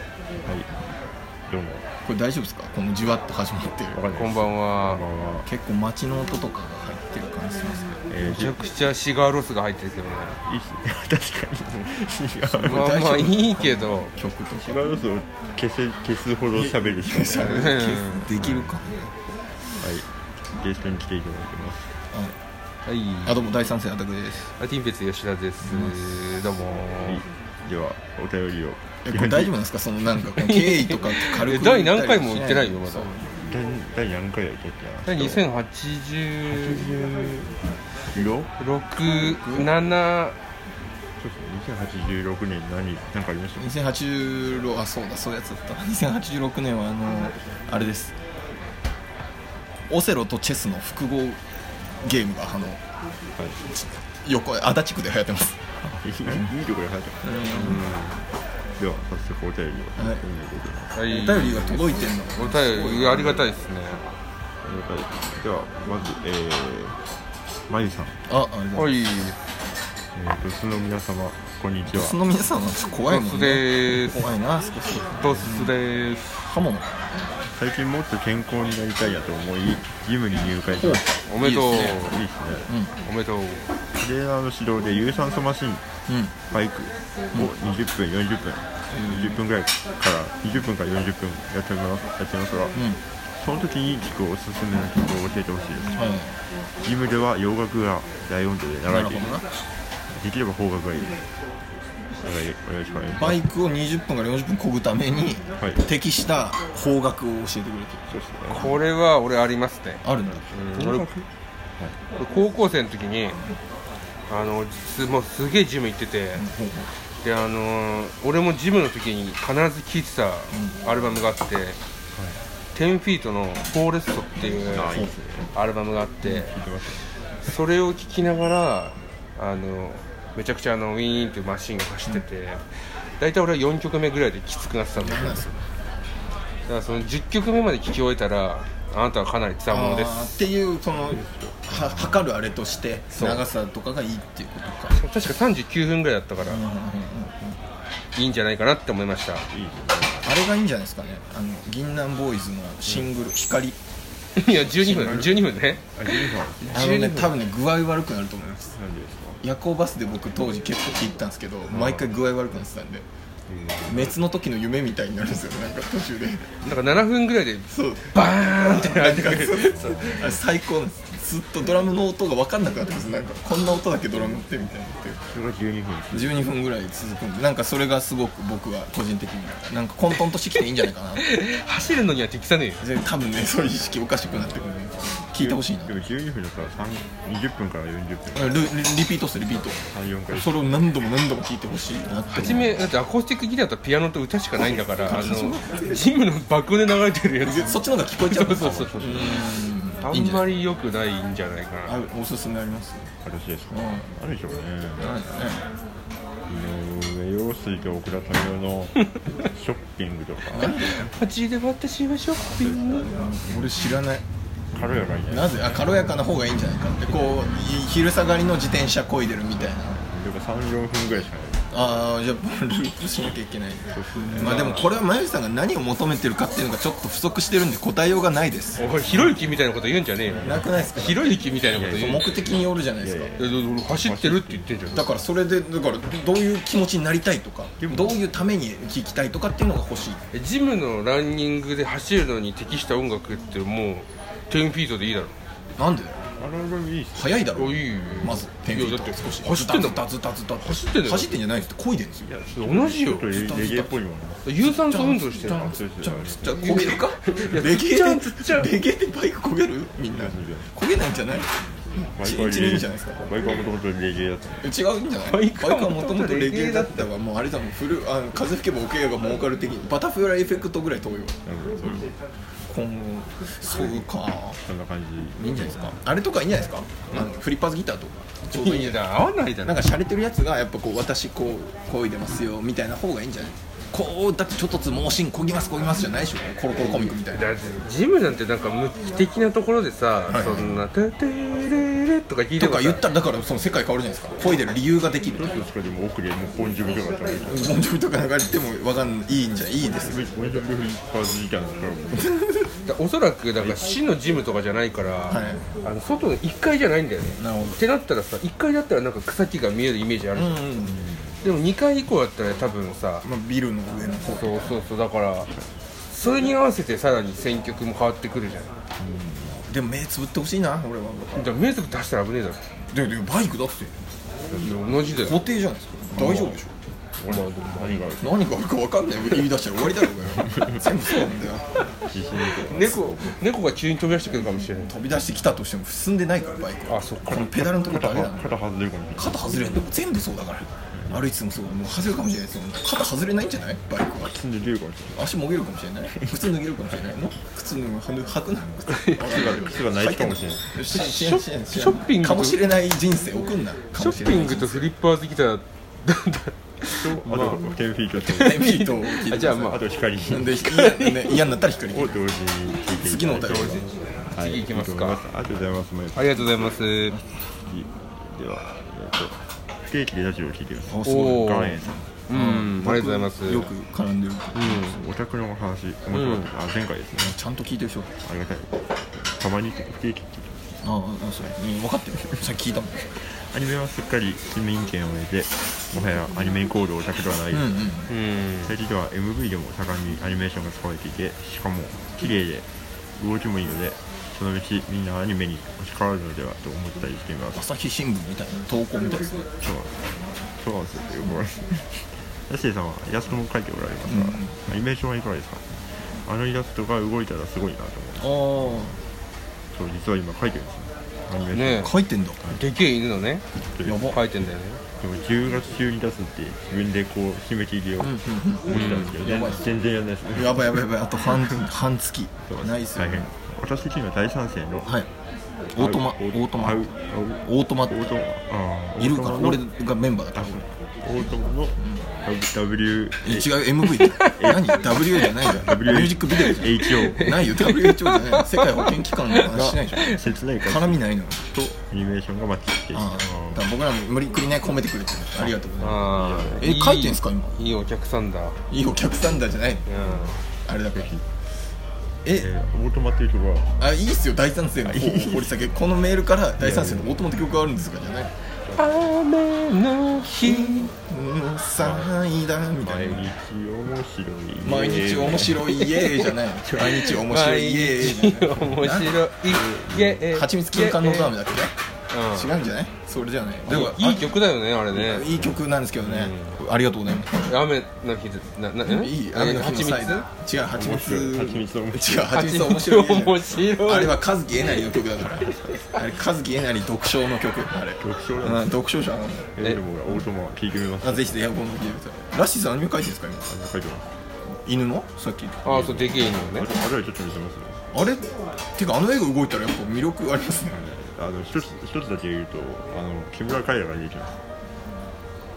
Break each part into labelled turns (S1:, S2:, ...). S1: はいどうも
S2: これ大丈夫ですかこのじわっと始まってる
S1: わかんない
S3: こんばんは
S1: こんばんは
S2: 結構街の音とかが入ってる感じしますけど
S1: え
S3: め
S1: ー、じ
S3: ち
S1: ゅ
S3: ゃくちゃシガーロスが入ってるけどね
S1: い確かに違 う
S3: まあ
S2: 大
S3: まあ
S2: 丈夫
S3: いいけど
S2: 曲とか
S1: 違う嘘を消せ消すほど喋るしかないは
S2: できるか
S1: いゲストに来ていただいてます
S3: はい
S2: あどうも第三世アタクです
S3: あティンペツ吉田ですどうも
S1: はいではお便りを
S2: えこれ大丈夫なんですかそのなんかこの経緯とか軽
S3: え
S2: く
S3: 第何回も言ってないよまだ
S2: そう
S1: 第第何回だったっけ
S3: 第
S1: な
S3: 2086
S1: 2086そう
S3: 7
S1: ですね2086年何何かありました
S2: 2086あそうだそういうやつだった2086年はあのあれですオセロとチェスの複合ゲームがあ
S1: は
S2: の
S1: い
S2: 横足立区で流行ってます
S1: いいいいところに入ったでは早速お便りを
S2: はい
S1: 読んでいこうと思います
S3: はい
S2: お便りが届いてんの
S3: お便りありがたいですね
S1: ではまずえーまゆさん、
S2: ああれだ
S3: はい
S1: えー、ブスの皆様こんにちは
S2: その皆さんはちょっと怖いも
S3: ド
S2: んね
S3: スでーす
S2: 怖いな少し
S3: ドスです
S2: 刃物
S1: 最近もっと健康になりたいやと思いジムに入会しまし
S3: おめでとう
S2: いいです
S1: たいいで
S3: おめでとう
S1: すねトレーナーの指導で有酸素マシン
S2: うん
S1: バイクを20分40分20分ぐらいから20分から40分やってますやってますが、
S2: うん
S1: その時に聞くおすすめの曲を教えてほしいで
S2: はい
S1: すジムでは洋楽が大音量で流
S2: な
S1: れ
S2: る
S1: てい
S2: ほ
S1: る
S2: どな
S1: できれば方角がいいですお願いします
S2: バイクを20分から40分こぐために
S1: はい
S2: 適した方角を教えてくれてる
S1: そうですね
S3: これは俺ありますね
S2: あるんだ
S3: うん俺高校生の時にあのすもうすげえジム行ってて、であのー俺もジムの時に必ず聴いてたアルバムがあって、10フィートの「フォーレスト」っていう
S1: あいいですね
S3: アルバムがあって
S1: 聞いてます
S3: それを聴きながらあのめちゃくちゃあのウィーンっていうマシンが走ってて、大体俺は4曲目ぐらいできつくなってたんだけど
S2: な
S3: だ
S2: んすよ
S3: からその10曲目まで聴き終えたらあなたはかなりつわものです
S2: あーっていうそのは測るあれとして長さとかがいいっていうことか
S3: 確か39分ぐらいだったから、
S2: うんうんうんうん
S3: いいんじゃないかなって思いました
S1: いいですね
S2: あれがいいんじゃないですかねあの銀杏ボーイズのシングル「光」
S3: いや12分12分ね
S1: あ、ジミーさん
S2: あのね多分ね具合悪くなると思います
S1: なんでですか
S2: 夜行バスで僕当時結構聞いてたんですけど毎回具合悪くなってたんで滅の時の夢みたいになるんですよなんか途中で
S3: なんか7分ぐらいで
S2: そう
S3: バーンって
S2: なんかそうあれ最高なんですずっとドラムの音が分かんなくなってますなんかこんな音だけドラムってみたいになって
S1: それが12分
S2: 12分ぐらい続くんでなんかそれがすごく僕は個人的になんか混沌としてきていいんじゃないかな
S3: 走るのには適さねえよ
S2: で多分ねそういう意識おかしくなってくるんで聞いてほしいな
S1: でも12分だったら3 20分から40分
S2: ルリリピートしてリピート
S1: 34回
S2: それを何度も何度も聞いてほしいなって
S3: 初めだってアコースティックギターとピアノと歌しかないんだからあのジムの爆音で流れてる やつ
S2: そっちの方が聞こえちゃ
S3: そううそうそうそうあ
S2: いいん
S3: ん
S2: じゃな
S3: まり良くないんじゃないかな
S2: あおすすめあります
S1: 私ですか
S2: うん
S1: あるでしょうね
S2: はい
S1: 井上陽水と奥田民生のショッピングとか
S3: 街で私はショッピング
S2: 俺知らない
S1: 軽やかにね
S2: なぜあ軽やかな方がいいんじゃないかってこうい昼下がりの自転車漕いでるみたいな
S1: でも34分ぐらいしかない
S2: ああじゃあループしなきゃいけないまあでもこれは真由さんが何を求めてるかっていうのがちょっと不足してるんで答えようがないです
S3: おいひろゆきみたいなこと言うんじゃねえよ
S2: なくないですか
S3: ひろゆきみたいなこと言う
S2: 目的によるじゃないですか
S1: いやい
S3: いやだって走ってるって言ってんじゃん
S2: だからそれでだからどういう気持ちになりたいとかどういうために聞きたいとかっていうのが欲しい
S3: ジムのランニングで走るのに適した音楽ってもう10フィートでいいだろ
S2: なんでだよ
S1: あれはいいっす
S2: 早いだろ
S3: おいいよ
S2: まずテン
S3: い
S2: フィ
S3: や
S2: ー
S3: だ
S2: ト
S3: って
S2: 少し
S3: 走ってんだもん
S2: ダズダズダズダズ
S3: 走ってんだよ
S2: 走ってんじゃないですって漕いでるんですよ
S3: 同じよ
S1: ちょっとレレゲエっぽいもんね
S3: 有酸素運動して
S2: じ
S3: る
S2: ゃあ
S1: そうです
S2: じゃ
S1: ね
S2: あ焦げるか
S3: や
S2: レゲエ
S3: つっちゃうつっちゃう
S2: レゲエでバイク焦げるみんな焦げないんじゃない
S1: バイ
S2: 一
S1: クは
S2: 日
S1: レゲ
S2: でいい
S1: エ
S2: んじゃないですか
S1: バイクはもともとレゲエだった
S2: 違うんじゃない
S3: バイクは
S2: はもともとレゲエだったわもうあれだもん古あの風吹けばおけが儲かる的にバタフライエフェクトぐらい遠いわ
S1: なるほどそういう
S2: 今後そうか
S1: そんな感
S2: いいんじゃないですかあれとかいいんじゃないですかあのフリッパーズギターとかちょうどいいんじゃない
S3: 合わないだ
S2: なん
S3: ろ
S2: か洒落てるやつがやっぱこう私こうこいでますよみたいな方がいいんじゃないこうだってちょっとずつ猛進こぎますこぎますじゃないでしょコロコロコミックみたいな
S3: だってジムなんてなんか無機的なところでさ、そんな「テテレレ」とか聞い
S2: と
S3: ても
S2: か
S3: さ
S2: 言ったらだからその世界変わるじゃないですか漕いでる理由ができる
S1: ですかでも奥でもうボンジョビとかちゃんと
S2: ボンジョビとか流れてもわかんないいいんじゃいいです
S1: ボンジョビフリッパーズみたいな
S3: おそらくだから市のジムとかじゃないから、
S2: い
S3: あの外の1階じゃないんだよね
S2: なるほど
S3: ってなったらさ1階だったらなんか草木が見えるイメージあるじゃん、
S2: うん、
S3: でも2階以降だったら多分さ
S2: まあ、ビルの上の方
S3: そうそうそうだからそれに合わせてさらに選曲も変わってくるじゃん
S2: でも目つぶってほしいな俺は
S3: じゃあ名作出したら危ねえだろ
S2: ででバイクだって
S3: 同じだよ
S2: 固定じゃないですか大丈夫でしょ
S3: まあでも
S1: 何がある
S2: 何があるかわかんない言い出したら終わりだろうがよ 全部そうなんだよ
S1: 自信
S3: 猫猫が急に飛び出してくるかもしれない
S2: 飛び出してきたとしても進んでないからバイクは
S3: あそっか
S2: このペダルのところ
S1: 肩
S2: だけなの
S1: 肩外れるかも
S2: 肩外れんの全部そうだから歩いててもそうもう外れるかもしれないですよ肩外れないんじゃないバイクは
S1: 死んで出るかもし
S2: 足もげるかもしれない靴脱げるかもしれないもう靴脱ぐ履くな靴
S1: れない靴がないかもしれない
S2: いショ
S3: ショショッピングと
S2: かもしれない人生送んなか
S3: ショ
S2: もしれ
S3: ッピ
S2: な
S3: ン
S2: い
S3: グ
S2: 人生
S3: とフリッパーズギタ ー
S1: あと10フィート
S2: テンフィートを聞いてくださ い
S3: あじゃあま
S1: あと光を
S2: なんで嫌,、ね、嫌になったら光
S1: 同時に聞いて
S2: 次のお便り
S1: はい
S3: 次行きますか
S1: いいと思いありがとうございます
S3: ありがとうございます
S1: では、えっと、不定期でラジオを聞いてます。
S2: お
S3: お
S1: 岩
S3: ー
S1: 塩さん
S3: うんありがとうございます
S2: よく絡んでる
S1: お宅のお話、面白かった。あ、前回ですね。
S2: ちゃんと聞いてるでしょ
S1: ありがたい。たまに不定期って言って
S2: あああそれ、うん、分かってるさっき聞いたもん
S1: ますアニメはすっかり市民権を得て、もはやアニメイコールオタクではない。
S2: うんうん
S3: うん
S1: 最近では MV でも盛んにアニメーションが使われていて、しかも綺麗で動きもいいので、そのうちみんなアニメに押し変わるのではと思ったりしています。
S2: 朝日新聞みたいな投稿みたいですね
S1: そうそうなんですよ、よくわかんない。ヤシエさんはイラストも描いておられますが、アニメーションはいかがですかあのイラストが動いたらすごいなと思
S2: あ
S1: う。
S2: あ
S1: そう、実は今描いてるんですよ。アニメーション。
S3: ね
S2: 書いてんだ
S3: でけえ犬のね
S1: で
S2: やば
S3: 書いてんだよね
S1: でも10月中に出すって自分でこう締め切りを持ってたんですけど、全全然やんないですね。
S2: やばいやばいやばいあと半半月ないっすよ
S1: 大変。私的には大賛成の、
S2: はいオートマオートマ
S1: あう
S2: オ
S1: あう
S2: ートマっ
S1: オート
S2: て
S1: マあー
S2: いるから
S1: オートマの
S2: 俺がメンバーだか
S1: あ
S2: ら
S1: そうオートマの W
S2: え違う MV だよ何 W じゃないよ
S1: W
S2: ミュージックビデオじ
S1: HO
S2: ゃないよ WHO じゃない世界保健機関の話しないでしょ
S1: 切ない感
S2: 絡みないのよ
S1: じとアニメーションがマッチしている
S2: ああだから僕らも無理くりね込めてくれてるありがとうございま
S3: ああ
S2: え書いてんすか今
S3: いいお客さんだ
S2: すいいお客さんだじゃない
S3: うん
S2: あれだから
S1: え
S2: え
S1: ーオートマっていうところは
S2: あいいっすよ大賛成の方を掘り下げこのメールから大賛成の大友って曲があるんですかじゃない
S3: 雨の日
S2: うんさいだみた
S1: 毎
S2: いな
S1: 日面白い
S2: 毎日面白いイエーイじゃない毎日面白いイエーイじ
S3: 毎
S2: ゃない
S3: 日面白いイエ
S2: はちみつ金柑の歌飴だっ
S3: う
S2: け違うんじゃないそれじゃない
S3: んでもいい曲だよねあれ
S2: あ
S3: ね
S2: いい曲なんですけどねありがとうございます
S3: 雨の日でなない
S2: い
S3: え
S2: 雨の日の際
S3: 蜂
S2: 違う蜂蜜
S1: 面白い蜂蜜面
S2: 違う蜂蜜
S3: 蜜
S2: は面白いイエーイじゃない
S3: 面白い
S2: あれは和樹えなりの曲だからあれ和樹えなり独唱の曲あれ
S1: 読書
S2: うん
S1: なんです
S2: 読唱者
S1: えーでもオートマは聞いてみます
S2: あぜひぜひエアコンの聞いてくださいラッシーさんアニメ書いてるんですか
S1: アニ
S2: 今
S1: メ書いてます
S2: 犬のさっき
S3: ああそうでけえ犬
S1: あれ
S3: のね
S1: あれはちょっと見せますね
S2: あれてかあの映画動いたらやっぱ魅力ありますね
S1: あの一つ一つだけ言うとあの木村カエラが出てきます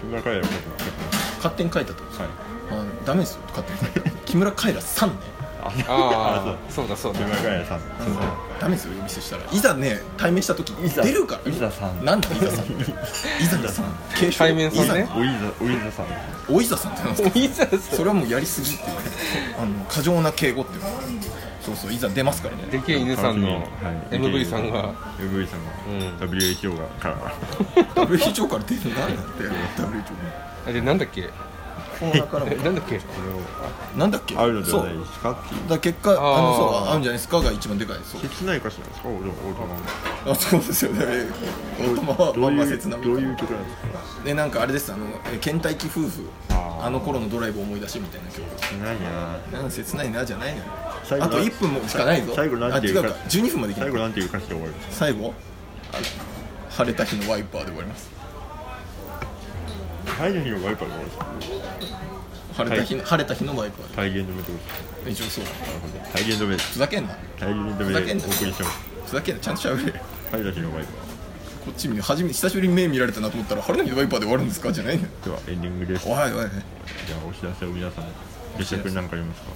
S1: 木村カエラが出てます
S2: 勝手に書いたってこと
S1: はい
S2: あダメですよ勝手に書いた ら木村カエラさんね
S3: ああそうだそうだ
S1: 木村カエラさん
S2: ダメですよ呼び捨てしたらいざね対面した時出るから
S1: いざさん
S2: なんだいざさんいざさん継承
S3: 対面さんね
S2: いざ
S1: おいざおいざさん
S2: おいざさんってなんですか
S3: おいざさ
S2: それはもうやりすぎっていうあの過剰な敬語っていうのそうそういざ出ますからね
S3: でけえ犬さんの
S1: はい
S3: MV さんが
S1: MV さんが WHO がから
S2: WHO 長から出るのなんだって WHO
S3: あれなんだっけ
S2: コーナーから
S3: え
S2: も
S3: なんだっけ
S2: なんだっけ
S1: あるので
S2: そ
S1: は
S2: う
S1: ないですかってい
S2: だから結果
S3: あー
S2: あのそう合うんじゃないですかが一番でかいそう
S1: う切ない歌詞なんですかオートマ
S2: あそうですよね大玉は
S1: ど
S2: ま
S1: うん
S2: ま
S1: いう
S2: 切なみ
S1: どういう曲なんですか
S2: でなんかあれですあのえ倦怠期夫婦
S1: あー
S2: あの頃のドライブ思い出しみたいな曲
S1: 切ないな
S2: なんか切ないなじゃないのよ
S1: 最後
S2: あと1分もしかないぞ
S1: 最後なんて
S2: あ
S1: い
S2: 違
S1: う
S2: う
S1: か
S2: か12分までいけな
S1: 最
S2: い
S1: 後なんていう歌詞で終わる
S2: 最後あ晴れた日のワイパーで終わります
S1: 最後にワイパーで終わるんですか
S2: 晴れた日の、晴れた日のワイパー
S1: 体言止めってこ
S2: で一応そう
S1: となるほど体言止め
S2: ふざけんな
S1: 体言止めでお送りしてます
S2: ふざけんなちゃんとしゃべれ
S1: はい、だけのワイパー。
S2: こっち見初めて久しぶりに目見られたなと思ったら「春のワイパーで終わるんですか?」じゃないのよ
S1: ではエンディングですじゃ
S2: おいおい
S1: あお知らせを皆さん吉田君何かありますか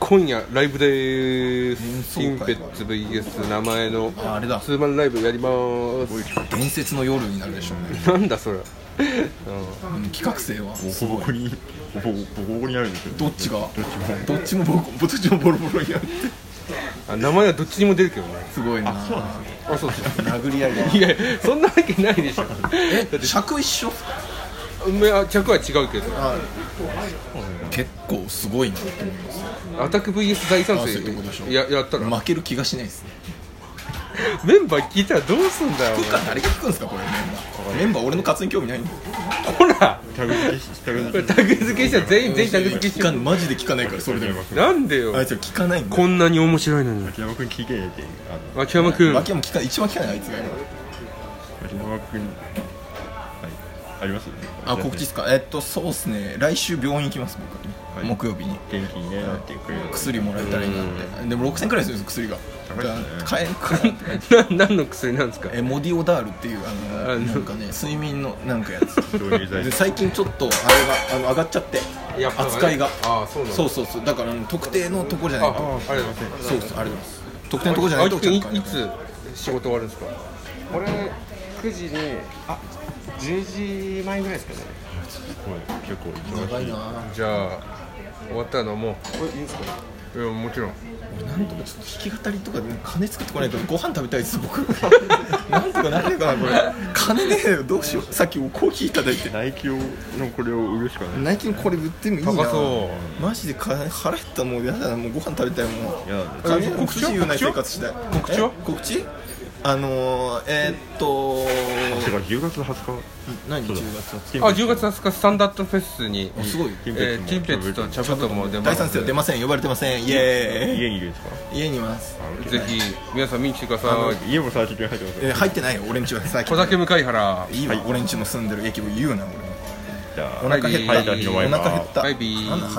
S3: 今夜ライブです
S2: 演奏会
S3: 新ペッツ VS 名前のツ
S2: ああれだ
S3: ーマンライブやりま
S2: おい
S3: ー
S2: 伝説の夜になるでしょうね
S3: すなんだそれ、うん、
S2: うん企画性は
S1: ボコボコにボコボコボコボコになるんですよ
S2: どっちが
S1: どっちも
S2: どっちもボコどっちもボロボロになって
S3: あ名前はどっちにも出るけどね
S2: すごいな
S3: あそうそう
S2: 殴り合いが
S3: いやそんなわけないでしょ
S2: え尺一緒
S3: めあ着は違うけど
S2: 結構すごいなって思います
S3: アタック VS 第三
S2: あそういうことでしょ
S3: 戦ややったら
S2: 負ける気がしないですね
S3: メンバー聞いたらどうすんだよお前
S2: 僕は誰が聞くんですかこれメンバーメンバー俺の活に興味ないんだよ
S3: ほら
S1: タグ付けしタグ
S3: こ
S1: 付
S3: れ
S1: け
S3: タグ付けした ら全員全員タグ付けし
S2: 聞
S3: て
S2: かんマジで聞かないからそれでも
S3: なんでよ
S2: あいつら聞かないんだよ
S3: こんなに面白いのに
S1: 秋山君聞けってあの
S3: 秋山君
S2: 負けも聞かない一番聞かないあいつが今
S1: 秋山君はいあります
S2: あ告知ですかえっとそうですね来週病院行きます僕、
S1: はい
S2: 木曜日に
S1: 元気にねなってくれる
S2: 薬もらえたらいいなってでも6000くらいするんですよ薬が
S1: 高いですね
S2: 買えんかなって感じ
S3: な何の薬なんですか
S2: えモディオダールっていうあのな
S3: あ
S2: んかね睡眠のなんかやつ
S1: 導入剤
S2: で最近ちょっとあれがあの上がっちゃって
S3: やっぱね
S2: 扱いが
S3: ああそうなんだ
S2: そうそうそうだからあの特定のとこじゃ
S3: あ
S2: な
S3: あ
S2: いと
S3: ありがとうございます
S2: そうそうありがとうございます特定のとこじゃない
S3: 青
S2: と
S3: 木
S2: ちゃん
S3: 君い
S2: と買えな
S3: い
S2: い
S3: つ仕事終わるんですか
S4: これ9時にあ10時前ぐらいですかね
S1: 結構忙
S2: 長い
S1: しい
S2: な
S3: じゃあ終わったら飲も
S4: これいいんですか
S3: ういやもちろん
S2: 俺なんとかちょっと弾き語りとかで金作ってこないとご飯食べたいです僕 なんとかならないかなこれ金ねえよどうしようさっきコーヒーいただいて
S1: ナイキをのこれを売るしかない
S2: 内勤これ売ってもいいな
S3: 高そ
S2: マジで金腹減ったもうやだなもうご飯食べたいもう
S1: やだね
S2: 金
S3: え
S2: 告知言うない生活したい告
S3: 知は
S2: 告知あのー、えー、っと
S1: てか10月20
S2: 何
S1: そ
S2: 10
S1: うだ
S2: 月
S1: 日
S3: あ10月20日スタンダードフェスに
S2: あすごい
S3: えー、ティンペッツとチャブトも出ま
S2: 第
S3: す
S2: 三世は出ません呼ばれてませんイエーイ
S1: 家にいるんですか
S2: 家にいます
S3: ぜひ皆さん見に来てください
S1: 家も最終的に入ってます
S2: えー、入ってないよ俺んちは最近
S3: 小竹向原
S2: いいわ、
S1: はい
S2: 俺んちの住んでる駅を言うな俺
S1: じゃあ
S2: お腹
S3: はい
S2: 減った、
S3: はいじゃあ
S1: 二
S2: お
S1: の前
S2: 腹減った
S3: バイビー
S2: なんだ腹